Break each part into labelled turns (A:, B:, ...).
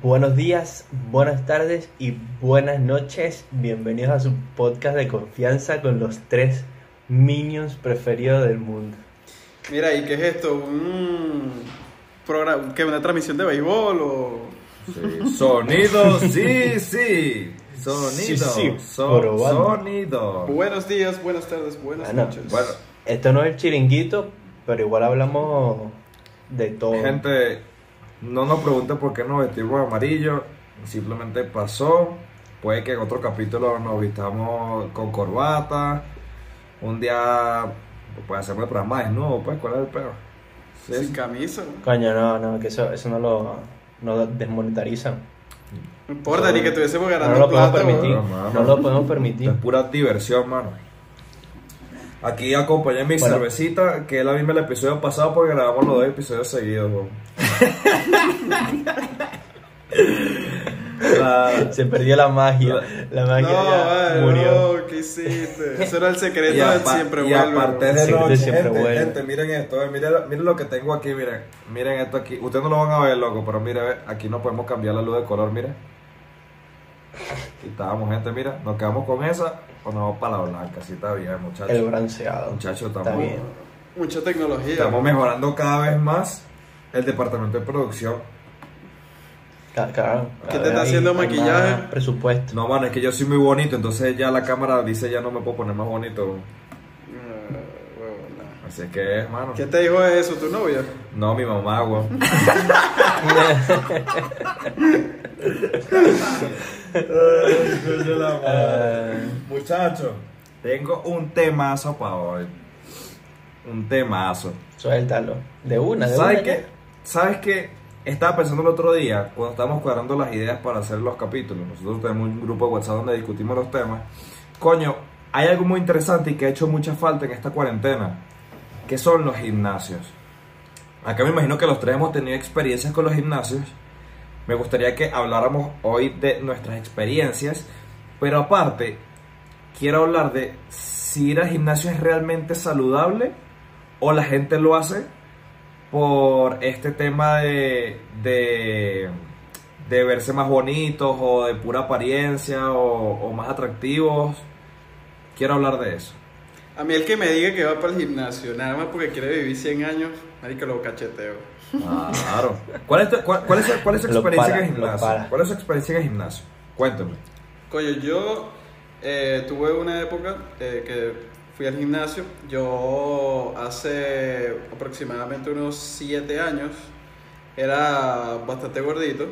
A: Buenos días, buenas tardes y buenas noches. Bienvenidos a su podcast de confianza con los tres minions preferidos del mundo.
B: Mira, ¿y qué es esto? ¿Un programa, ¿qué, ¿Una transmisión de béisbol o...?
C: Sí. Sonido, sí, sí. Sonido,
A: Sí, sí,
C: son-
A: probando.
C: sonido.
B: Buenos días, buenas tardes, buenas
A: Bueno,
B: noches.
C: Bueno,
A: Esto no es el chiringuito, pero igual hablamos de todo.
C: gente, no nos pregunten por qué nos vestimos amarillo. Simplemente pasó. Puede que en otro capítulo nos vistamos con corbata. Un día, pues hacemos el programa desnudo, pues, ¿cuál es el peor? Sí,
B: Sin camisa.
A: Coño, no, no, que eso, eso no lo no desmonetarizan.
B: No importa, ni que estuviésemos
A: No,
B: ganando
A: lo podemos
B: plata.
A: permitir.
B: weón.
C: mamá.
A: No lo podemos permitir.
C: Esto es pura diversión, mano. Aquí acompañé mi
A: Bueno.
C: cervecita, que es la misma del episodio pasado porque grabamos los dos episodios seguidos. weón. La-
A: Se perdió la magia. La magia
B: No,
A: ya
B: vale,
A: murió.
B: no, ¿qué hiciste? Eso era el secreto
C: y,
B: del
C: apa-
B: siempre
C: y
B: vuelve.
C: aparte
B: weón.
C: es de
A: Sí,
C: noche,
A: siempre
C: gente,
A: vuelve.
C: gente, miren esto, eh, miren, lo- miren lo que tengo aquí, miren, miren esto aquí. Ustedes no lo van a ver, loco, pero mira, ve, aquí no podemos cambiar la luz de color, miren. Y estábamos, gente, mira, nos quedamos con esa o nos vamos para la blanca, así está bien, muchachos.
A: El bronceado.
C: Muchachos, estamos,
A: Está bien.
B: Mucha tecnología.
C: estamos mejorando cada vez más el departamento de producción.
A: Ca- Claro.
B: ¿Qué
A: A
B: te
A: ver,
B: está
A: ahí
B: haciendo
A: hay
B: maquillaje?
A: más Presupuesto.
C: No, mano, es que yo soy muy bonito, entonces ya la cámara dice ya no me puedo poner más bonito.
B: Ah, weón, nah.
C: Así es que es, mano.
B: ¿Qué te dijo eso, tu novia?
C: No, mi mamá, weón.
A: madre.
C: Muchachos, tengo un temazo para hoy. Un temazo.
A: Suéltalo. De una, de
C: ¿Sabes
A: una.
C: qué? ¿Sabes qué? Estaba pensando el otro día, cuando estábamos cuadrando las ideas para hacer los capítulos, nosotros tenemos un grupo de WhatsApp donde discutimos los temas. Coño, hay algo muy interesante y que ha hecho mucha falta en esta cuarentena, que son los gimnasios. Acá me imagino que los tres hemos tenido experiencias con los gimnasios. Me gustaría que habláramos hoy de nuestras experiencias, pero aparte, quiero hablar de si ir al gimnasio es realmente saludable o la gente lo hace por este tema de, de, de verse más bonitos o de pura apariencia o, o más atractivos. Quiero hablar de eso.
B: A mí el que me diga que va para el gimnasio, nada más porque quiere vivir 100 años, marica, lo cacheteo.
C: Claro. ¿Cuál es tu, cuál, cuál es, cuál es tu
A: Lo
C: experiencia
A: para,
C: en el
A: lo para.
C: gimnasio? ¿Cuál es tu experiencia en el gimnasio? Cuéntame.
B: Coño, yo eh, tuve una época eh, que fui al gimnasio. Yo hace aproximadamente unos 7 años era bastante gordito.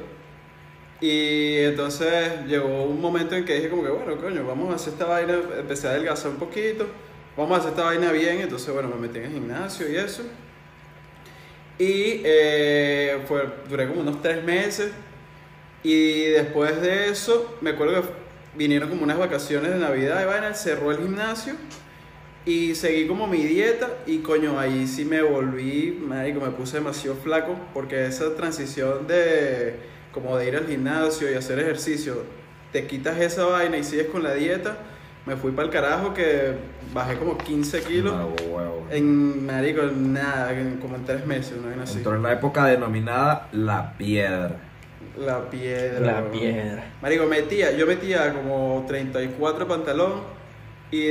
B: Y entonces llegó un momento en que dije como que, bueno, coño, vamos a hacer esta vaina, empecé a adelgazar un poquito, vamos a hacer esta vaina bien, entonces bueno, me metí en el gimnasio y eso. Y eh, fue, duré como unos tres meses. Y después de eso, me acuerdo que vinieron como unas vacaciones de Navidad y vaina, cerró el gimnasio. Y seguí como mi dieta y coño, ahí sí me volví, marico, me puse demasiado flaco porque esa transición de como de ir al gimnasio y hacer ejercicio, te quitas esa vaina y sigues con la dieta, me fui para el carajo que bajé como 15 kilos
C: No, huevo.
B: en marico, en nada, en- como en tres meses, una vaina así.
C: Entró en la época denominada la piedra.
B: La piedra.
A: La
B: weón.
A: piedra.
B: Marico, metía, yo metía como 34 pantalón y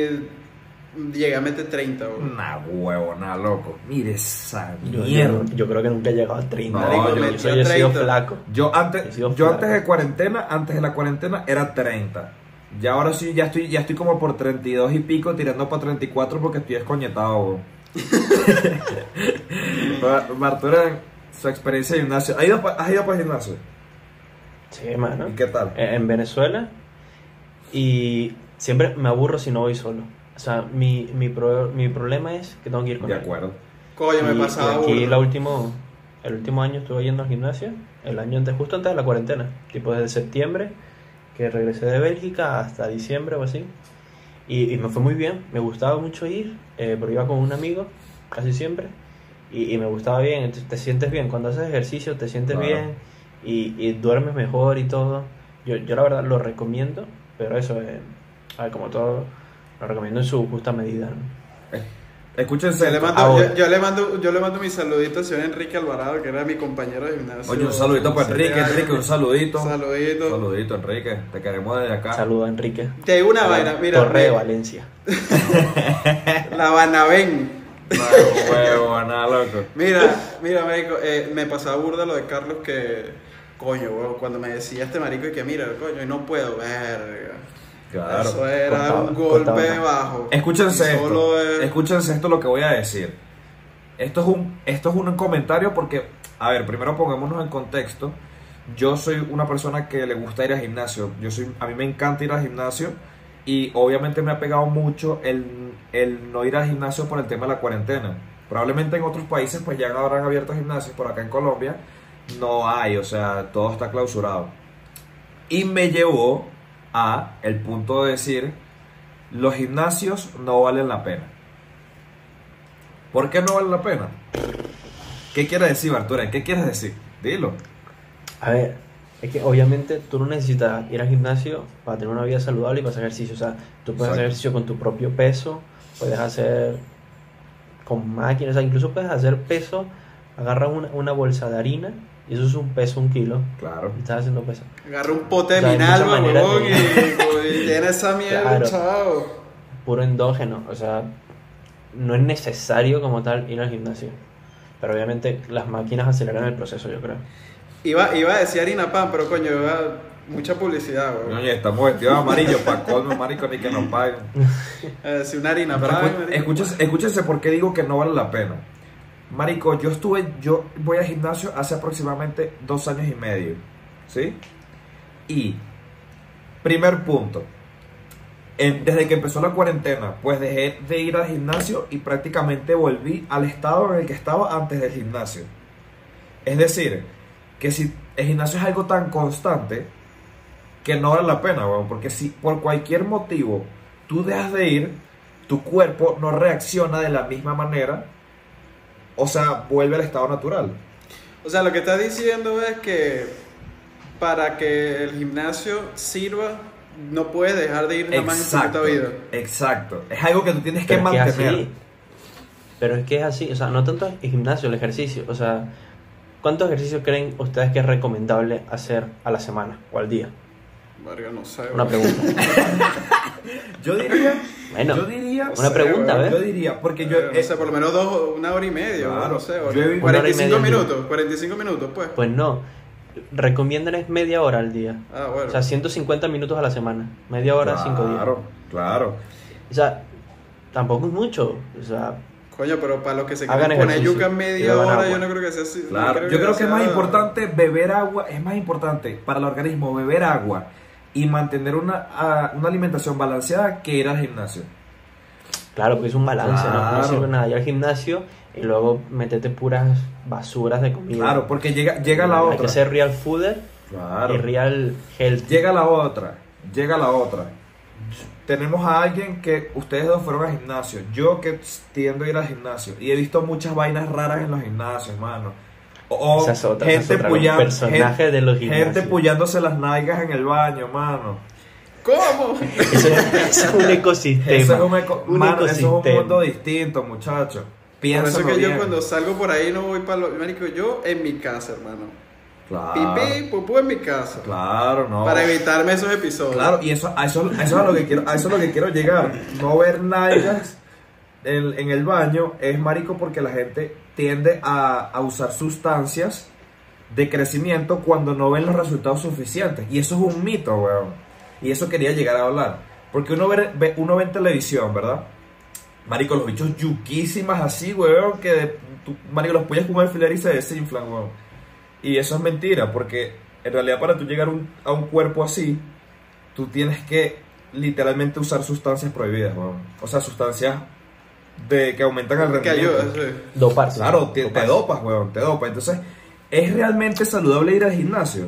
B: llegué a meter 30,
A: Mm.
B: weón.
C: Una huevona, loco. Mire esa
A: Yo,
C: mierda.
A: yo- yo creo que nunca he llegado a 30.
C: No,
A: Yo-
C: yo
A: yo,
B: metí
A: soy- yo he sido
B: 30.
A: flaco.
C: Yo
A: He
C: antes,
A: sido
C: yo
A: flaco.
C: antes de cuarentena, antes de la cuarentena era 30. Ya ahora sí, ya estoy, ya estoy como por 32 y pico, tirando para 34 porque estoy escoñetado. Martura, su experiencia de gimnasio. ¿Has ido, pa- has ido para el gimnasio?
A: Sí, mano.
C: ¿Y qué tal?
A: Eh, En Venezuela. Y siempre me aburro si no voy solo. O sea, mi, mi, pro- mi problema es que tengo que ir con
C: De
A: alguien.
C: acuerdo.
B: Coño, me
A: Y-
B: pasaba
A: y aquí
B: burda.
A: la último, el último año estuve yendo al gimnasio, el año antes, justo antes de la cuarentena, tipo desde septiembre, que regresé de Bélgica hasta diciembre o así, y, y me fue muy bien, me gustaba mucho ir, eh, porque iba con un amigo, casi siempre, y, y me gustaba bien, entonces te sientes bien, cuando haces ejercicio te sientes
C: Claro.
A: bien, y, y duermes mejor y todo, yo, yo la verdad lo recomiendo, pero eso, eh, a ver, como todo, lo recomiendo en su justa medida, ¿no?
C: Es, Escúchense.
B: Yo le,
C: esto.
B: mando,
A: Ahora.
B: yo, yo le mando, yo le mando mi saludito al señor Enrique Alvarado, que era mi compañero de gimnasio.
C: Oye, un saludito para
B: Siete
C: Enrique,
B: años.
C: Enrique, un saludito.
B: Saludito.
C: Saludito, Enrique. Te queremos desde acá.
A: Saludo a Enrique.
B: Te digo una vaina, Ah, mira.
A: Torre de
B: mira,
A: Valencia.
B: La Banabén.
C: Claro, huevo, nada, loco.
B: Mira, mira, marico, eh, me pasaba burda lo de Carlos que, coño, weón, cuando me decía este marico y que mira, coño, y no puedo, verga.
C: Claro.
B: Eso era
A: contaba,
B: un golpe
A: contaba.
B: bajo.
C: Escúchense
B: Y solo eh,
C: esto.
B: es-
C: Escúchense esto lo que voy a decir. Esto es un esto es un comentario porque a ver, primero pongámonos en contexto. Yo soy una persona que le gusta ir al gimnasio. Yo soy a mí me encanta ir al gimnasio y obviamente me ha pegado mucho el el no ir al gimnasio por el tema de la cuarentena. Probablemente en otros países pues ya habrán abierto gimnasios, por acá en Colombia no hay, o sea, todo está clausurado. Y me llevó a el punto de decir los gimnasios no valen la pena. ¿Por qué no valen la pena? ¿Qué quieres decir, Arturo? ¿Qué quieres decir? Dilo.
A: A ver, es que obviamente tú no necesitas ir al gimnasio para tener una vida saludable y para hacer ejercicio. O sea, tú puedes hacer
C: Exacto.
A: ejercicio con tu propio peso, puedes hacer con máquinas, o sea, incluso puedes hacer peso, agarras una, una bolsa de harina y eso es un peso, un kilo,
C: Claro.
A: y estás haciendo peso.
B: Agarra un pote de
A: O sea, hay
B: minalba,
A: muchas maneras
B: huevón,
A: de-
B: y, y llena esa mierda,
A: Claro.
B: chao.
A: Puro endógeno, o sea, no es necesario como tal ir al gimnasio. Pero obviamente las máquinas aceleran el proceso, yo creo.
B: Iba, iba a decir harina pan, pero coño, iba mucha publicidad, weón.
C: Oye, estamos vestidos de amarillo para colmo, marico, ni que nos paguen.
B: Eh, si una harina
C: Pero
B: pan.
C: escu-
B: marico.
C: escúchense, escúchense por qué digo que no vale la pena. Marico, yo estuve, yo voy al gimnasio hace aproximadamente dos años y medio. ¿Sí? Y, primer punto. en- desde que empezó la cuarentena, pues dejé de ir al gimnasio y prácticamente volví al estado en el que estaba antes del gimnasio. Es decir, que si el gimnasio es algo tan constante que no vale la pena, weón, porque si por cualquier motivo tú dejas de ir, tu cuerpo no reacciona de la misma manera, o sea, vuelve al estado natural.
B: O sea, lo que estás diciendo es que para que el gimnasio sirva, no puedes dejar de ir nada más en tu puta vida.
C: exacto. Es algo que tú tienes que
A: Pero es que es así.
C: mantener.
A: Pero es que es así, o sea, no tanto el gimnasio, el ejercicio, o sea, ¿cuántos ejercicios creen ustedes que es recomendable hacer a la semana o al día?
B: Verga, no sé.
A: Una
B: weón.
A: pregunta.
C: Yo diría,
A: Bueno,
C: yo diría,
A: una
B: sé,
A: pregunta, a ver.
B: weón,
C: yo diría, porque yo,
B: Eh, no
C: eh,
B: sé, por lo menos dos, una hora y media,
C: Claro.
B: weón, no sé.
C: Yo he vivido-
A: Una
B: 45
A: hora y media,
B: minutos, 45 minutos, pues.
A: Pues no, recomiendan es media hora al día.
B: Ah,
A: O
B: bueno.
A: sea, 150 minutos a la semana, media hora, cinco días.
C: Claro, claro.
A: O sea, tampoco es mucho. O sea,
B: Coño, pero para los que se
A: Hagan
B: quieren poner
A: ejercicio
B: yuca
A: y
B: media
A: beban
B: hora,
A: agua.
B: yo no creo que sea así. no
C: Claro, yo creo que es más
B: sea-
C: importante beber agua, es más importante para el organismo beber agua y mantener una, a- una alimentación balanceada que ir al gimnasio.
A: claro, porque es un balance, ¿no? ¿no?
C: Claro.
A: sirve nada ir al gimnasio y luego meterte puras basuras de comida.
C: Claro, porque llega, llega la
A: Hay
C: otra.
A: que ser real fooder
C: Claro.
A: y real health.
C: Llega la otra, llega la otra. Tenemos a alguien que ustedes dos fueron al gimnasio. Yo que tiendo a ir al gimnasio. Y he visto muchas vainas raras en los gimnasios, hermano. O,
A: Esa es otra, esa es
C: gente,
A: otra, los
C: pullan-
A: personajes
C: gen-
A: de los
C: gente
A: gimnasios.
C: pullándose las nalgas en el baño, mano.
B: ¿Cómo?
A: Eso es, eso es un ecosistema.
C: Eso es un, eco-
A: un
C: mano, eso es un
A: ecosistema.
C: mundo distinto, muchachos.
B: Por
C: Piénsalo
B: eso que
C: bien.
B: yo cuando salgo por ahí no voy para los. Marico, yo en mi casa, hermano.
C: Claro,
B: Pipí, pupú en mi casa.
C: Ah. claro, no.
B: Para evitarme esos episodios.
C: Claro, y eso, a eso, a eso es a lo que quiero, a eso es a lo que quiero llegar. No ver nalgas en, en el baño es marico porque la gente tiende a, a usar sustancias de crecimiento cuando no ven los resultados suficientes. Y eso es un mito, weón. Y eso quería llegar a hablar. Porque uno ve, ve- uno ve en televisión, ¿verdad? Marico, los bichos yuquísimas así, weón, que de- tú- marico, los puedes comer alfiler y se desinflan, weón. Y eso es mentira, porque en realidad para tú llegar un- a un cuerpo así, tú tienes que literalmente usar sustancias prohibidas, weón. O sea, sustancias de que aumentan el
B: Que
C: rendimiento.
B: ayuda, sí.
A: Doparse.
C: Claro, te, te
A: Doparse.
C: dopas, weón, te dopas. Entonces, ¿es realmente saludable ir al gimnasio?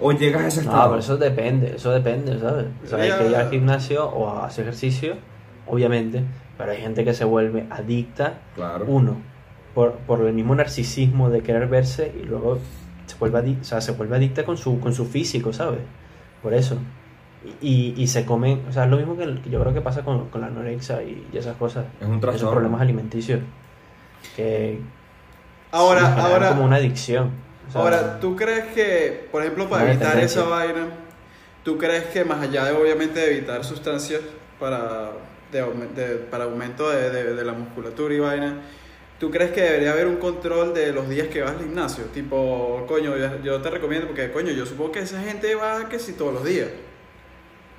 C: ¿O llegas a ese
A: No,
C: estado?
A: Ah, pero eso depende, eso depende, ¿sabes? O sea, hay que ir al gimnasio o a hacer ejercicio, obviamente, pero hay gente que se vuelve adicta,
C: Claro.
A: uno, por, por el mismo narcisismo de querer verse y luego se vuelve, adi- o sea, se vuelve adicta con su, con su físico, ¿sabes? Por eso. y, y se comen, o sea, es lo mismo que el- que yo creo que pasa con, con la anorexia y, y esas cosas,
C: Es un
A: esos
C: trastorno.
A: problemas alimenticios, que
B: Ahora,
A: generan
B: ahora,
A: como una adicción. o sea,
B: Ahora, ¿tú crees que, por ejemplo, para
A: Una
B: evitar
A: dependencia.
B: esa vaina, tú crees que más allá de obviamente de evitar sustancias para, de, aume- de- para aumento de, de- de la musculatura y vaina, ¿tú crees que debería haber un control de los días que vas al gimnasio? Tipo, coño, yo, yo te recomiendo, porque coño, yo supongo que esa gente va que si todos los días.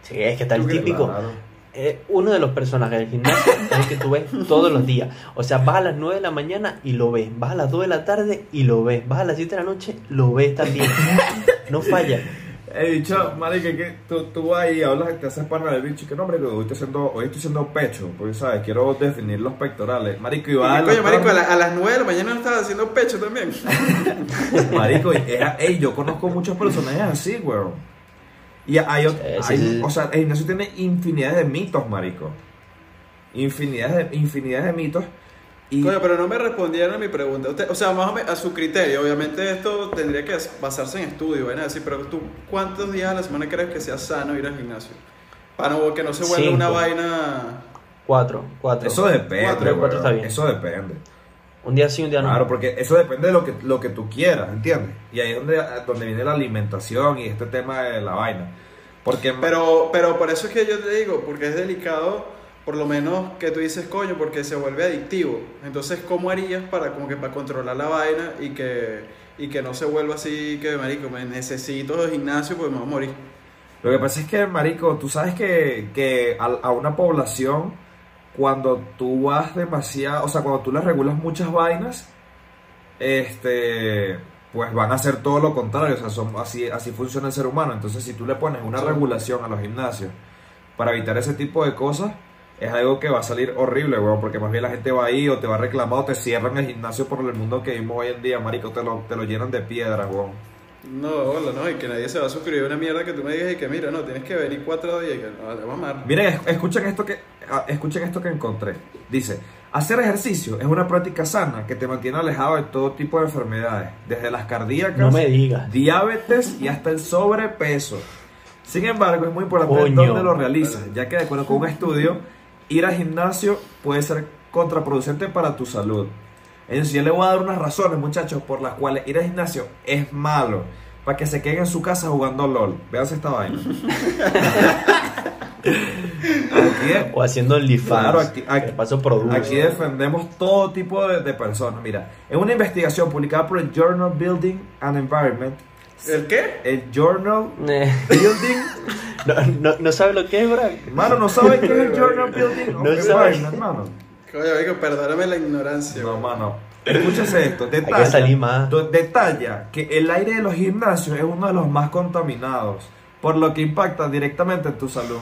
A: Sí, es que está el
B: ¿Tú crees?
A: típico.
C: Claro.
A: eh, uno de los personajes del gimnasio es el que tú ves todos los días. O sea, vas a las 9 de la mañana y lo ves. Vas a las 2 de la tarde y lo ves. Vas a las 7 de la noche, lo ves también. No falla.
C: He dicho, marica, que tú, tú vas ahí hablas, te haces pana del bicho, que no, marico, hoy estoy haciendo, hoy estoy haciendo pecho, porque, ¿sabes? Quiero definir los pectorales. Marico, y
B: Y
C: vas
B: que,
C: al
B: coño,
C: doctor,
B: marico, a, la- a las 9 de la mañana no estás haciendo pecho también.
C: Marico, y era- ey, yo conozco muchas personas así, weón. Y hay, ot-
A: Eh, sí,
C: hay-
A: sí, sí.
C: o sea, el gimnasio tiene infinidad de mitos, marico. Infinidad de, infinidad de mitos. Y
B: Coño, pero no me respondieron a mi pregunta. Usted- o sea, más o menos a su criterio. Obviamente esto tendría que basarse en estudio, ¿verdad? Así, pero tú, ¿cuántos días a la semana crees que sea sano ir al gimnasio? Para no- que no se vuelva
A: Cinco.
B: una vaina...
A: 4, 4.
C: eso depende,
B: Cuatro,
C: weón,
A: cuatro está bien.
C: Eso depende.
A: Un día sí, un día no.
C: Claro, porque eso depende de lo que, lo que tú quieras, ¿entiendes? Y ahí es donde, donde viene la alimentación y este tema de la vaina. Porque
B: Pero, pero por eso es que yo te digo, porque es delicado, por lo menos que tú dices, coño, porque se vuelve adictivo. Entonces, ¿cómo harías para, como que para controlar la vaina y que, y que no se vuelva así que, marico, me necesito el gimnasio porque me voy a morir?
C: Lo que pasa es que, marico, tú sabes que, que a, a una población, cuando tú vas demasiado, o sea, cuando tú les regulas muchas vainas, este, pues van a hacer todo lo contrario, o sea, son, así, así funciona el ser humano. Entonces, si tú le pones una
B: Sí.
C: regulación a los gimnasios para evitar ese tipo de cosas, es algo que va a salir horrible, weón, porque más bien la gente va ahí o te va a reclamar o te cierran el gimnasio por el mundo que vivimos hoy en día, marico, te lo, te lo llenan de piedras, weón.
B: No, hola, no, y que nadie se va a suscribir a una mierda que tú me digas y que mira, no, tienes que venir cuatro días y que no, te va a amar.
C: Miren, es- escuchen esto que a- escuchen esto que encontré. Dice, hacer ejercicio es una práctica sana que te mantiene alejado de todo tipo de enfermedades, desde las cardíacas,
A: No me digas.
C: diabetes y hasta el sobrepeso. Sin embargo, es muy importante
A: Coño.
C: dónde lo realizas, ya que de acuerdo con un estudio, ir al gimnasio puede ser contraproducente para tu salud. Entonces, yo le voy a dar unas razones, muchachos, por las cuales ir al gimnasio es malo. Para que se queden en su casa jugando LOL. Vean esta vaina. Aquí es-
A: O haciendo OnlyFans.
C: Claro, aquí- aquí-
A: que paso produce.
C: Aquí defendemos todo tipo de, de personas. Mira, en una investigación publicada por el Journal Building and Environment,
B: ¿El qué?
C: el Journal
A: Eh,
C: Building.
A: no, no, ¿no sabe lo que es, Bra?
C: Hermano, ¿no sabes qué es el Journal Building
A: No
C: of Environment,
A: sabes.
C: hermano?
B: Oye, oiga, perdóname la ignorancia.
C: No,
B: weón.
C: mano. Escúchese esto. Detalla,
A: salir más.
C: do- detalla que el aire de los gimnasios es uno de los más contaminados, por lo que impacta directamente en tu salud.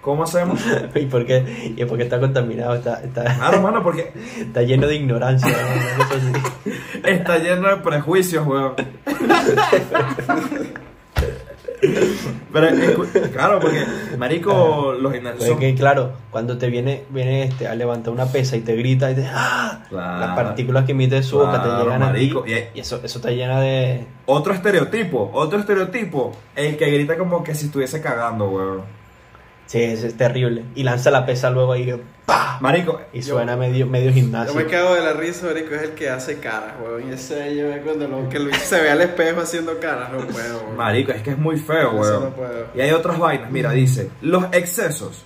C: ¿Cómo hacemos?
A: ¿Y por qué? Y es porque está contaminado, está, está,
C: Claro, mano, porque
A: está lleno de ignorancia. ¿no? Eso sí.
C: está lleno de prejuicios, weón. Pero, escu- claro, porque, marico, los gimnasios
A: Pero
C: son
A: es que claro, cuando te viene, viene este a levantar una pesa y te grita y te ¡ah!
C: Claro.
A: las partículas que emite su boca
C: Claro,
A: te llegan a ti
C: marico, y-
A: y eso, eso te llena de
C: Otro estereotipo, otro estereotipo, el que grita como que si estuviese cagando, weón.
A: sí, es, es terrible. Y lanza la pesa luego ahí ¡pa!
C: Marico,
A: y
B: Yo-
A: suena medio, medio
B: Yo
A: gimnasio.
B: me cago de la risa, marico, es el que hace caras, weón. Y ese yo es cuando lo, que Luis se ve al espejo haciendo caras, no puedo, weón.
C: marico, es que es muy feo,
B: Eso no
C: weón.
B: puedo.
C: Y hay otras vainas, mira, dice, los excesos.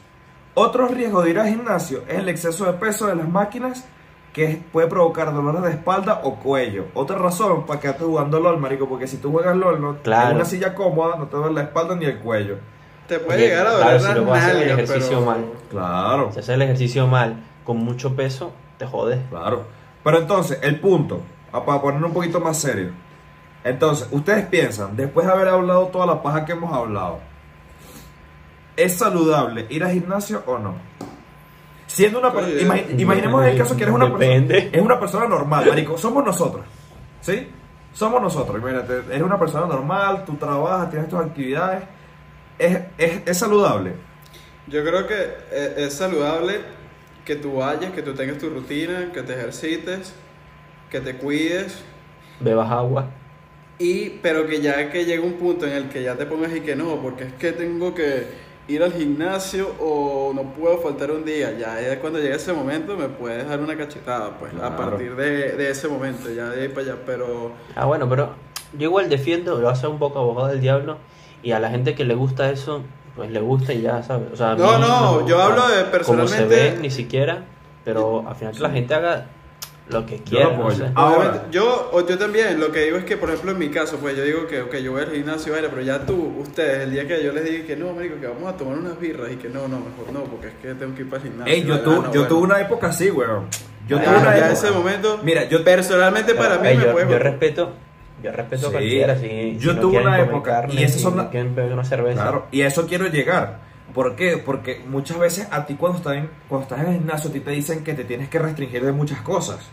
C: Otro riesgo de ir al gimnasio es el exceso de peso de las máquinas que puede provocar dolores de espalda o cuello. Otra razón para quedarte jugando LOL, marico, porque si tú juegas LOL no,
A: Claro.
C: en una silla cómoda no te duele la espalda ni el cuello.
B: Te puede
A: Oye,
B: llegar a
A: claro,
B: doler
A: si
B: las
A: lo vas a hacer el
B: nalgas,
A: ejercicio
B: pero...
A: mal.
C: Claro,
A: Si haces el ejercicio mal, con mucho peso, te jodes.
C: claro. Pero entonces, el punto, a- para ponerlo un poquito más serio. Entonces, ustedes piensan, después de haber hablado toda la paja que hemos hablado, ¿es saludable ir al gimnasio o no? Siendo una per-
B: Coño,
C: imagi-
A: depende,
C: imaginemos el caso que eres una persona,
A: depende.
C: es una persona normal, marico, somos nosotros. ¿Sí? Somos nosotros, imagínate, eres una persona normal, tú trabajas, tienes tus actividades, es, es, es saludable.
B: Yo creo que eh, es saludable que tú vayas, que tú tengas tu rutina, que te ejercites, que te cuides,
A: Bebas agua.
B: Y, pero que ya que llega un punto en el que ya te pongas y que no, porque es que tengo que ir al gimnasio o no puedo faltar un día. Ya es cuando llegue ese momento me puedes dar una cachetada, pues
C: Claro.
B: a partir de, de ese momento, ya de ahí para allá. Pero
A: Ah, bueno, pero yo igual defiendo, lo hace un poco abogado del diablo y a la gente que le gusta eso, pues le gusta y ya, ¿sabes? O sea, a
B: No,
A: mí
B: no,
A: me
B: yo
A: gusta
B: hablo
A: cómo
B: de
A: se
B: personalmente-
A: ve, ni siquiera, pero al final que la gente haga lo que
C: Yo lo
A: quiera, no
C: apoyo.
A: sé.
C: Ahora,
B: Obviamente, yo, o yo también, lo que digo es que, por ejemplo, en mi caso, pues yo digo que, ok, yo voy al gimnasio, vaina, pero ya tú, ustedes, el día que yo les diga que no, marico, que vamos a tomar unas birras y que no, no, mejor no, porque es que tengo que ir para el gimnasio.
C: ey, yo,
B: vaina,
C: tu-
B: no,
C: yo
B: bueno.
C: tuve una época así, weón. Yo
B: Ya,
C: tuve una
B: ya
C: época.
B: ese momento,
C: Mira, yo- Ah,
B: personalmente para mí
A: Ey,
B: me
A: yo,
B: puede-
A: yo respeto, yo respeto a
C: Sí.
A: cualquiera, si,
C: Yo
A: si no
C: tuve
A: quieren
C: una
A: comer
C: época,
A: carne,
C: y esas
A: si
C: son
A: no
C: la-
A: quieren beber una cerveza.
C: Claro, y a eso quiero llegar. ¿Por qué? Porque muchas veces a ti cuando estás en, cuando estás en el gimnasio, a ti te dicen que te tienes que restringir de muchas cosas.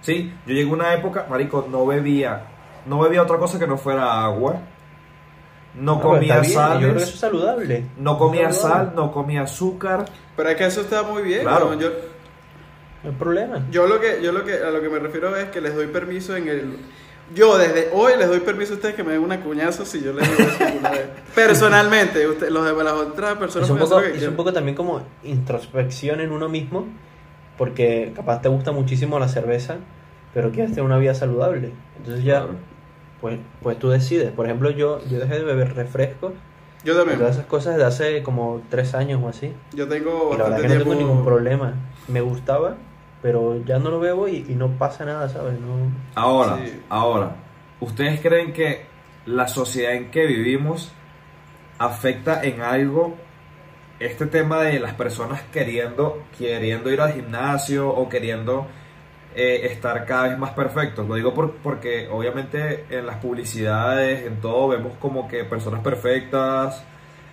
C: ¿Sí? Yo llegué a una época, marico, no bebía. No bebía otra cosa que no fuera agua. No,
A: No, Ah, pero
C: comía
A: pues, está bien, yo creo que eso
C: sales.
A: es saludable.
C: No comía
A: Es saludable.
C: sal, no comía azúcar.
B: Pero es que eso está muy bien,
C: Claro.
B: weón, yo,
A: No hay problema.
B: yo lo que, yo lo que, a lo que me refiero es que les doy permiso en el... Yo desde hoy les doy permiso a ustedes que me den una cuñazo si yo les digo eso alguna vez. Personalmente, usted- los de las otras personas
A: Es un,
B: pueden
A: poco,
B: hacer lo que
A: es un
B: quieran.
A: poco también como introspección en uno mismo, porque capaz te gusta muchísimo la cerveza, pero quieres tener una vida saludable. Entonces ya, pues, pues tú decides. Por ejemplo, yo, yo dejé de beber refrescos,
B: Yo
A: y
B: también.
A: todas esas cosas desde hace como tres años o así.
B: Yo tengo
A: Y la verdad
B: bastante
A: que no tengo
B: tiempo-
A: ningún problema. Me gustaba, pero ya no lo bebo y, y no pasa nada, ¿sabes? No...
C: Ahora,
B: Sí.
C: ahora, ¿ustedes creen que la sociedad en que vivimos afecta en algo este tema de las personas queriendo, queriendo ir al gimnasio o queriendo eh, estar cada vez más perfectos? Lo digo por- porque obviamente en las publicidades, en todo, vemos como que personas perfectas,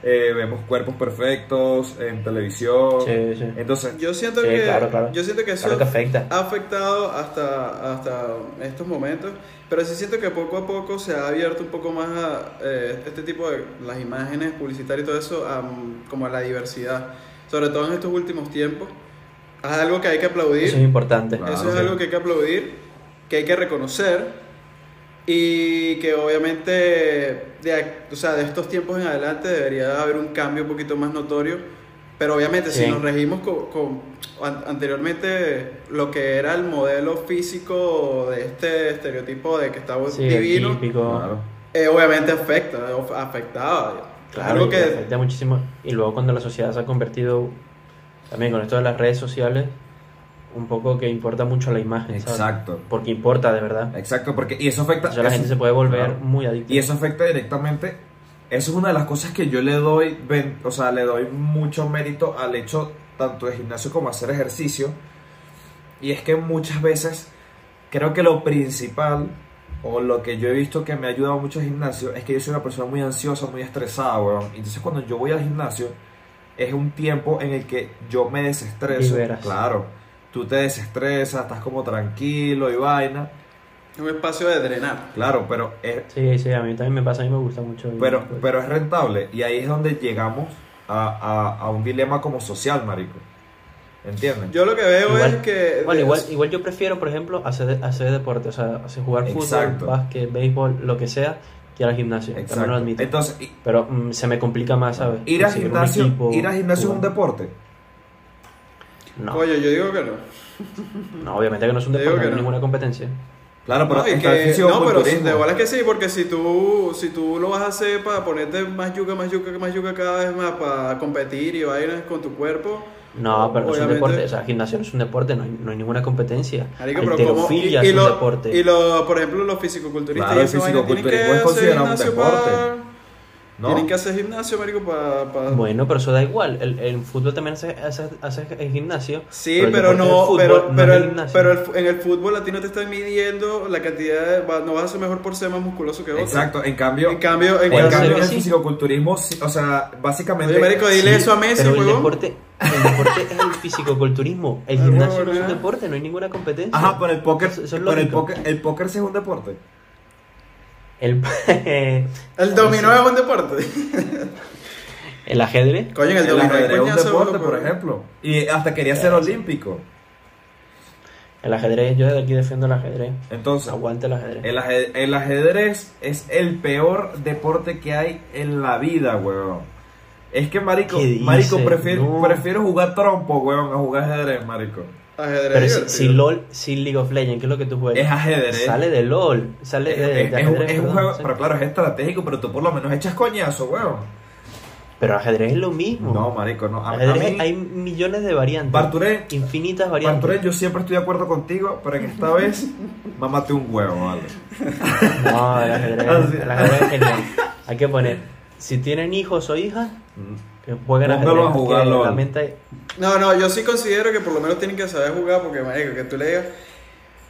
C: eh, vemos cuerpos perfectos, en televisión.
A: Sí, sí.
C: Entonces,
B: Yo siento
A: Sí,
B: que
A: claro, claro.
B: yo siento que Oh. eso
A: Claro que afecta.
B: ha afectado hasta hasta estos momentos, pero sí siento que poco a poco se ha abierto un poco más a eh, este tipo de las imágenes publicitarias y todo eso a, mm, como a la diversidad, sobre todo en estos últimos tiempos. Es algo que hay que aplaudir.
A: Eso es importante.
C: Claro.
B: Eso es
C: sí.
B: algo que hay que aplaudir, que hay que reconocer y que obviamente de, ac- o sea, de estos tiempos en adelante debería haber un cambio un poquito más notorio. Pero obviamente si
A: Bien.
B: nos regimos con, con- an- anteriormente lo que era el modelo físico de este estereotipo de que está
A: Sí, el
B: divino,
A: típico.
C: claro.
B: eh, obviamente afecta, of- afectaba. eh,
A: Claro,
B: Algo
A: y
B: que,
A: afecta muchísimo. Y luego cuando la sociedad se ha convertido, también con esto de las redes sociales, un poco que importa mucho la imagen, ¿sabes?
C: Exacto.
A: Porque importa de verdad.
C: Exacto, porque y eso afecta
A: Entonces la gente se puede volver
C: Claro.
A: muy adicta.
C: Y eso afecta directamente. Eso es una de las cosas que yo le doy, ven- o sea, le doy mucho mérito al hecho tanto de gimnasio como hacer ejercicio. Y es que muchas veces creo que lo principal o lo que yo he visto que me ha ayudado mucho el gimnasio es que yo soy una persona muy ansiosa, muy estresada, weón. Entonces cuando yo voy al gimnasio es un tiempo en el que yo me desestreso.
A: Liberas.
C: Claro, tú te desestresas, estás como tranquilo y vaina.
B: es un espacio de drenar.
C: Claro, pero es,
A: Sí, sí, a mí también me pasa, a mí me gusta mucho. y- pues,
C: Pero, pero es rentable. Y ahí es donde llegamos a, a- a un dilema como social, marico. ¿Entienden?
B: Yo lo que veo
A: Igual-
B: es que...
A: Bueno, igual, igual yo prefiero, por ejemplo, hacer, hacer deporte, o sea, hacer jugar fútbol,
C: Exacto.
A: básquet, béisbol, lo que sea, que ir al gimnasio. También lo
C: Exacto.
A: admito.
C: Entonces, i-
A: pero mm, se me complica más, ¿sabes?
C: ir al
A: Conseguir un
C: gimnasio,
A: equipo,
C: ir al gimnasio es un
A: jugar.
C: deporte.
A: No,
B: Oye, yo digo que no.
A: no, obviamente que no es un
B: Digo
A: deporte,
B: que
A: no hay
B: no.
A: ninguna competencia.
C: Claro, pero
B: No, y
C: está el
B: que, no, pero
C: fisicoculturismo.
B: de bola que sí, porque si tú, si tú lo vas a hacer para ponerte más yuca, más yuca, más yuca cada vez más, para competir y vainas con tu cuerpo.
A: No, pero no es un
B: obviamente-
A: deporte. O sea, gimnasio no es un deporte, no hay, no hay ninguna competencia.
B: Marico, pero como- y,
A: Alterofilia
B: y
A: es un
B: lo,
A: deporte.
B: y lo, por ejemplo, los fisicoculturistas
C: Claro,
B: y
C: el
B: esa vaina tienen que
C: fisicoculturismo es
B: hacer
C: considerado un
B: gimnasio
C: deporte,
B: para-
C: ¿no?
B: Tienen que hacer gimnasio, marico, para...
A: Bueno, pero eso da igual. El, el fútbol también hace, hace, hace el gimnasio.
B: Sí,
A: el
B: pero,
A: deporte
B: no,
A: del fútbol
B: pero,
A: no
B: pero,
A: es el
B: el-
A: gimnasio.
B: pero el fu- en el fútbol a ti no te están midiendo la cantidad de, va- no vas a ser mejor por ser más musculoso que otro.
C: Exacto. En cambio,
B: En cambio, en
A: Puede
C: en cambio
A: ser
B: cambio,
C: en
A: que
C: el
A: sí.
C: fisicoculturismo, sí, o sea, básicamente.
B: Oye, marico, dile
A: Sí,
B: eso a Messi,
A: pero el
B: huevón.
A: deporte, el deporte es el fisicoculturismo. El
B: Ah,
A: gimnasio
B: huevón,
A: no es un
B: eh.
A: deporte, no hay ninguna competencia.
C: Ajá, pero el póker,
A: Eso- eso es
C: pero el
A: lógico.
C: póker, el póker sí es un deporte.
A: El,
B: el dominó es un deporte.
A: el ajedrez.
B: Coño, en el
C: El
B: dominó hay
C: ajedrez es un
B: coñazo,
C: deporte,
B: loco.
C: por ejemplo. Y hasta quería ser olímpico.
A: El ajedrez, yo desde aquí defiendo el ajedrez.
C: Entonces,
A: Aguante el ajedrez.
C: El, aje- el ajedrez es el peor deporte que hay en la vida, weón. Es que, marico,
A: ¿Qué dices?
C: marico, prefiero,
A: No.
C: prefiero jugar trompo, weón, a jugar ajedrez, marico.
B: Ajedrez
A: Pero si,
B: divertido.
A: si LOL, si League of Legends, ¿qué es lo que tú juegas?
C: Es ajedrez.
A: Pues Sale de LOL, sale
C: Es,
A: de, de
C: es- es un-
A: ajedrez,
C: es un
A: perdón,
C: juego,
A: sí.
C: pero claro, es estratégico, pero tú por lo menos echas coñazo, weón.
A: Pero ajedrez es lo mismo.
C: No, marico, no. A, a
A: ajedrez
C: mí,
A: hay millones de variantes.
C: Barturé,
A: infinitas variantes.
C: Barturé, yo siempre estoy de acuerdo contigo, pero en esta vez, mámate un huevo, vale.
A: No, el
C: Ah, sí.
A: ajedrez, el ajedrez es genial. Hay que poner, si tienen hijos o hijas, que jueguen
C: Póngalo
A: ajedrez.
C: a jugar
A: porque
C: LOL.
A: la mente-
B: No, no, yo sí considero que por lo menos tienen que saber jugar porque, marico, que tú le digas...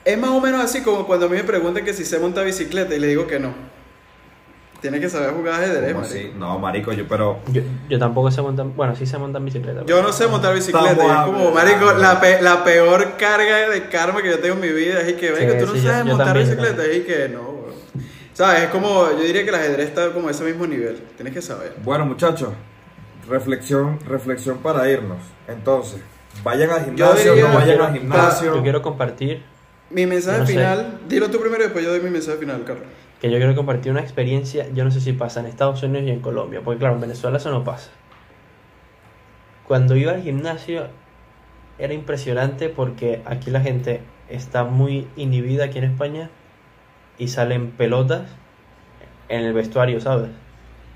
B: Es más o menos así como cuando a mí me preguntan que si se monta bicicleta y le digo que no. Tiene que saber jugar ajedrez,
C: ¿Cómo
B: marico.
C: así? No, marico, yo, pero.
A: yo, yo tampoco sé montar, bueno, sí sé montar bicicleta.
B: Yo no sé montar bicicleta,
C: Estamos
B: y es como,
C: hablando.
B: marico, la, pe- la peor carga de karma que yo tengo en mi vida es y que, venga,
A: Sí,
B: tú no
A: sí, yo-
B: sabes
A: yo
B: montar
A: también,
B: bicicleta, es y que no, weón. ¿Sabes? Es como, yo diría que el ajedrez está como a ese mismo nivel, tienes que saber.
C: Bueno, muchachos, reflexión, reflexión para irnos. Entonces, vayan al gimnasio,
B: diría-
C: no vayan
A: quiero-
C: al gimnasio.
A: Yo quiero compartir
B: Mi mensaje
A: No sé.
B: final, dilo tú primero y después yo doy mi mensaje final, Carlos.
A: que yo quiero compartir una experiencia, yo no sé si pasa en Estados Unidos y en Colombia, porque claro, en Venezuela eso no pasa. Cuando iba al gimnasio era impresionante porque aquí la gente está muy inhibida aquí en España y salen pelotas en el vestuario, ¿sabes?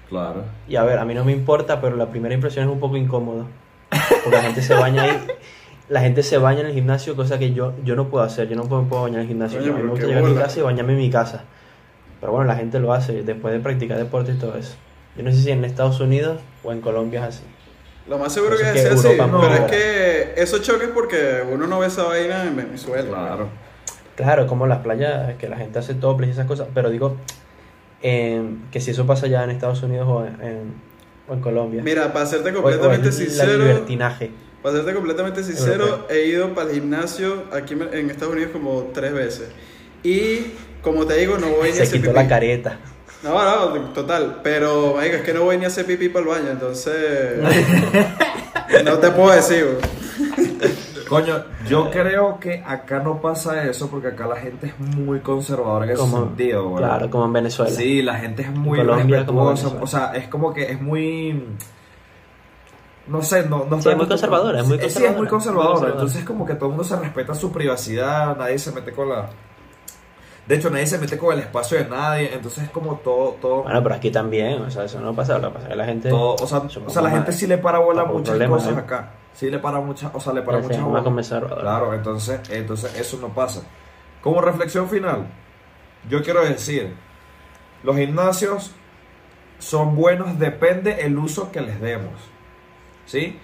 C: Claro.
A: Y a ver, a mí no me importa, pero la primera impresión es un poco incómodo. Porque la gente se baña ahí. La gente se baña en el gimnasio, cosa que yo, yo no puedo hacer. Yo no puedo, puedo bañar en el gimnasio.
B: Oye,
A: Yo a mí me
B: pero
A: gusta
B: qué
A: llegar a mi
B: bola.
A: casa y bañarme en mi casa. Pero bueno, la gente lo hace después de practicar deporte y todo eso. Yo no sé si en Estados Unidos o en Colombia es así.
B: Lo más seguro que
A: Entonces,
B: es
A: que
B: así,
A: Europa
B: pero
C: no-
B: es que eso choca es porque uno no ve esa vaina en Venezuela.
C: Claro.
A: Claro, como en las playas, que la gente hace toples y esas cosas. Pero digo eh, que si eso pasa allá en Estados Unidos o en, en- o en Colombia.
B: Mira, para serte
A: O- o el-
B: completamente
A: el
B: sincero,
A: libertinaje.
B: Para serte completamente sincero,
A: Europeo.
B: he ido para el gimnasio aquí en- en Estados Unidos como tres veces. Y como te digo, no voy ni a
A: Se
B: hacer
A: quitó
B: pipí.
A: la careta.
B: No, no, total. Pero, marico, es que no voy ni a hacer pipí para el baño, entonces. no te puedo decir, bro.
C: Coño, yo creo que acá no pasa eso porque acá la gente es muy conservadora en ese sentido, weón.
A: Claro, como en Venezuela.
C: Sí, la gente es muy
A: Colombia, como
C: respetuosa.
A: Venezuela.
C: O sea, es como que es muy. No sé, no, no
A: Sí, es muy conservadora, es muy
C: Sí, es
A: conservadora, muy
C: muy conservadora.
A: conservadora.
C: Entonces, como que todo el mundo se respeta su privacidad, nadie se mete con la. De hecho, nadie se mete con el espacio de nadie. Entonces, es como todo. todo,
A: Bueno, pero aquí también, o sea, eso no pasa, lo que pasa es que la gente
C: todo- o sea,
A: Somos
C: o sea, la
A: más-
C: gente sí le para bola a
A: tampoco
C: muchas
A: problema,
C: cosas
A: ¿eh?
C: acá. Sí le para muchas. O sea, le para
A: la
C: muchas
A: gente es
C: bolas.
A: más conservadora.
C: Claro, entonces, entonces eso no pasa. Como reflexión final, yo quiero decir, los gimnasios son buenos depende el uso que les demos, ¿sí?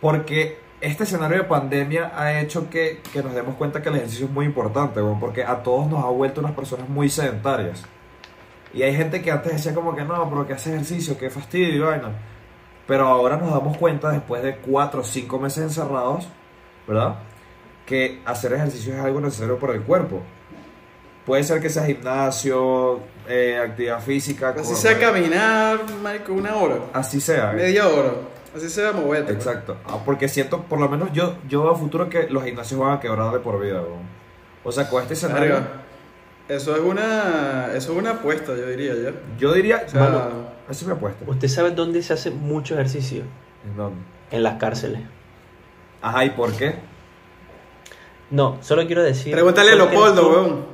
C: Porque este escenario de pandemia ha hecho que, que nos demos cuenta que el ejercicio es muy importante, weón, porque a todos nos ha vuelto unas personas muy sedentarias. Y hay gente que antes decía como que no, pero que hace ejercicio, que fastidio y vaina. Pero ahora nos damos cuenta después de cuatro o cinco meses encerrados, ¿verdad? que hacer ejercicio es algo necesario para el cuerpo. Puede ser que sea gimnasio, eh, actividad física,
B: Así
C: correr,
A: eh.
B: sea caminar, marico, una hora,
C: así sea. eh.
B: media hora. Así sea pues. moverte. bro.
C: Exacto. Ah, porque siento, por lo menos yo, yo a futuro que los gimnasios van a quebrar de por vida. weón. O sea, con este escenario,
B: Verga. Eso es una. Eso es una apuesta, yo diría ya.
C: yo diría,
B: O sea,
C: mano, esa es mi apuesta.
A: ¿Usted sabe dónde se hace mucho ejercicio?
C: ¿En dónde?
A: En las cárceles.
C: Ajá, ¿y por qué?
A: No, solo quiero decir...
B: pregúntale a
A: solo quiero
B: Leopoldo,
A: decir-
B: weón.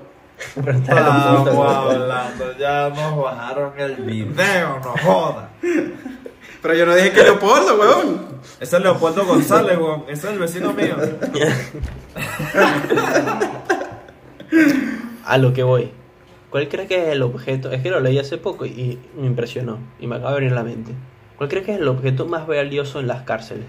A: Pregúntale a
C: Ah,
A: Leopoldo.
C: hablando, ya nos bajaron el video, no joda.
B: Pero yo no dije que Leopoldo, weón.
C: Ese es Leopoldo González, weón. Ese es el vecino mío.
A: A lo que voy. ¿Cuál cree que es el objeto? Es que lo leí hace poco y me impresionó y me acaba de venir a la mente. ¿Cuál cree que es el objeto más valioso en las cárceles?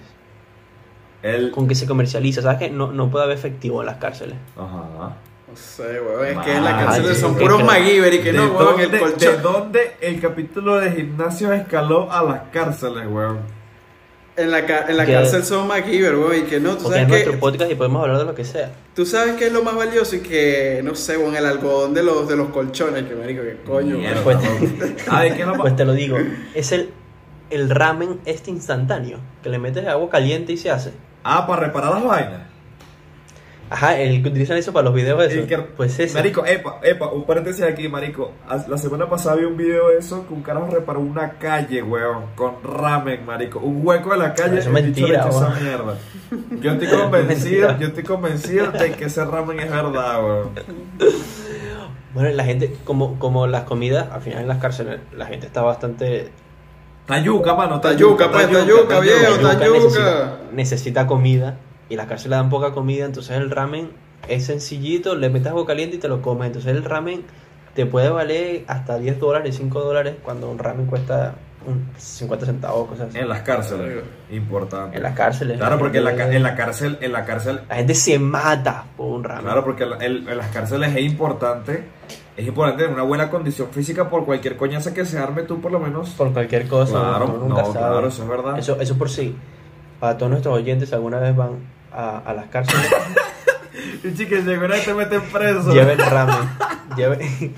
C: El...
A: Con que se comercializa, ¿sabes que no, no puede haber efectivo en las cárceles?
C: Ajá.
B: No sé, weón, es que en la
C: Madre,
B: cárcel son
A: ¿qué
B: puros
A: crees?
B: MacGyver y que
C: ¿De,
B: no, weón,
C: dónde,
B: el
C: de
B: colchón.
C: dónde el capítulo de gimnasio escaló a las cárceles, weón?
B: En la, ca- en la
A: Que-
B: cárcel son MacGyver, weón, y que no, tú
A: Porque es
B: sabes
A: nuestro
B: que,
A: podcast y podemos hablar de lo que sea.
B: tú sabes que es lo más valioso y que, no sé, weón, el algodón de los, de los colchones, que marico, que coño,
C: Mierda,
B: weón.
A: Pues-
C: weón. Ay, ¿qué lo
A: Pues te lo digo, es el, el ramen este instantáneo, que le metes agua caliente y se hace.
C: Ah, para reparar las vainas.
A: Ajá, el que utilizan eso para los videos
C: El
A: esos.
C: que-
A: pues ese.
C: Marico, epa, epa, un paréntesis aquí, marico. As- La semana pasada vi un video de eso que un carajo reparó una calle, weón, con ramen, marico. Un hueco de la calle.
A: Eso
C: el
A: es
C: bicho le
A: mentira,
C: echó esa
A: weón.
C: mierda. Yo estoy convencido,
A: Mentira.
C: yo estoy convencido de que ese ramen es verdad, weón.
A: Bueno, la gente, como, como las comidas, al final en las cárceles, la gente está bastante.
C: Tayuca, mano,
B: Tayuca,
C: tayuca,
B: pues, tayuca, viejo,
A: Tayuca
B: tayuca.
A: necesita, necesita comida y las cárceles dan poca comida, entonces el ramen es sencillito, le metes agua caliente y te lo comes. Entonces el ramen te puede valer hasta 10 dólares, 5 dólares, cuando un ramen cuesta un 50 centavos, cosas así.
C: En las cárceles, importante.
A: En las cárceles.
C: Claro, porque en la, ca-
A: gente-
C: en la cárcel, en la cárcel
A: La gente se mata por un ramen.
C: Claro, porque la- el- en las cárceles es importante, es importante tener una buena condición física por cualquier coñaza que se arme tú por lo menos.
A: Por cualquier cosa.
C: claro,
A: uno
C: no,
A: nunca sabe.
C: claro, eso es verdad.
A: Eso, eso por sí. Para todos nuestros oyentes, si alguna vez van a, a las cárceles,
C: Y chicas, llegó una y te meten preso.
A: lleven ramen. lleven,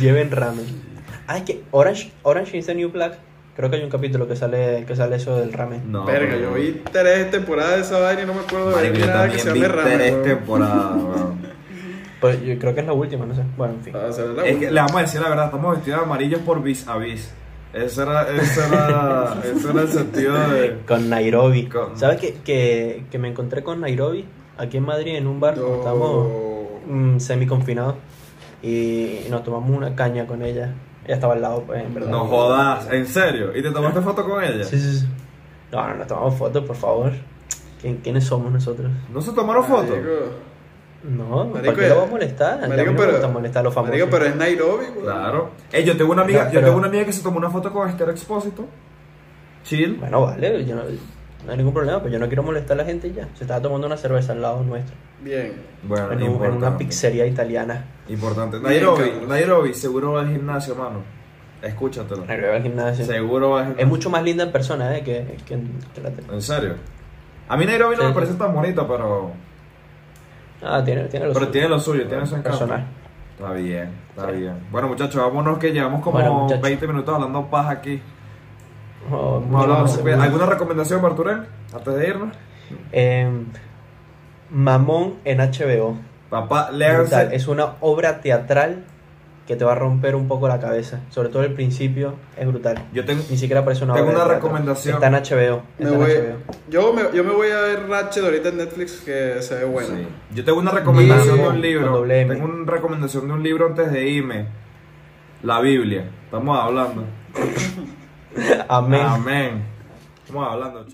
A: lleven ramen. Ah, es que Orange, Orange is the New Black. Creo que hay un capítulo que sale, que sale eso del ramen.
C: No,
B: Verga,
C: pero-
B: yo vi tres temporadas de esa vaina y no me acuerdo de
C: Marico,
B: ver
C: yo
B: nada que
C: también
B: se
C: vi
B: llame ramen.
C: tres
B: weón.
C: temporadas, weón. Mm.
A: Pues yo creo que es la última, no sé. Bueno, en fin.
B: Ah, será la
C: Es
B: única.
C: que le vamos a decir la verdad, estamos vestidos de amarillos por vis a vis. Ese era, ese era, ese era el sentido de...
A: Con Nairobi.
C: Con-
A: ¿Sabes que, que, que me encontré con Nairobi aquí en Madrid en un bar?
B: No.
A: cuando Estábamos mm, semiconfinado y nos tomamos una caña con ella. Ella estaba al lado, pues, en verdad.
C: No jodas, en serio. ¿Y te tomaste foto con ella?
A: Sí, sí, sí. No, no nos tomamos fotos, por favor. ¿Quién- ¿Quiénes somos nosotros?
C: ¿No se tomaron fotos?
B: Marico,
A: No,
B: Marico,
C: eh,
A: ¿para qué lo va a molestar? Ya
B: marico,
A: a mí no me
B: pero-
A: gusta molestar a los famosos.
B: marico, pero es Nairobi, weón.
C: Claro. Eh, yo tengo una amiga,
A: Ya,
C: yo
A: pero-
C: tengo una amiga que se tomó una foto con Esther Expósito. Chill.
A: Bueno, vale, yo no, no hay ningún problema, pero yo no quiero molestar a la gente y ya. Se estaba tomando una cerveza al lado nuestro,
B: Bien.
C: Bueno,
A: en, un- en una pizzería italiana.
C: Importante.
B: Bien,
C: Nairobi,
B: Carlos.
C: Nairobi, seguro va al gimnasio, mano. Escúchatelo.
A: Arriba del gimnasio.
C: Seguro va al
A: Es
C: gimnasio.
A: mucho más linda en persona, ¿eh? Que, que en que la tele.
C: En serio. A mí Nairobi no
A: Sí.
C: me parece tan bonito, pero.
A: Ah, tiene, tiene lo
C: Pero
A: suyo.
C: tiene lo suyo, tiene su encanto.
A: personal.
C: Está bien, está
A: Sí.
C: bien. Bueno, muchachos, vámonos que llevamos como
A: Bueno, muchachos.
C: 20 minutos hablando paja aquí.
A: Oh,
C: Vamos
A: no,
C: a hablar-
A: no sé.
C: ¿Alguna recomendación, Barturel? Antes de irnos.
A: Eh, Mamón en HBO.
C: Papá,
A: Brutal.
C: léanse.
A: Es una obra teatral que te va a romper un poco la cabeza. Sobre todo el principio, es brutal.
C: Yo tengo,
A: Ni siquiera parece una
C: Tengo
A: obra de
C: una
A: teatro.
C: recomendación.
A: Está en HBO.
B: Me
A: está en
B: voy-
A: HBO.
B: yo, me, yo me voy a ver Ratchet ahorita en Netflix que se ve bueno.
C: Sí. Yo tengo una recomendación de
A: Con
C: un libro.
A: doble M.
C: Tengo una recomendación de un libro antes de irme. La Biblia. Estamos hablando.
A: Amén.
C: Ah, Amén. Estamos hablando.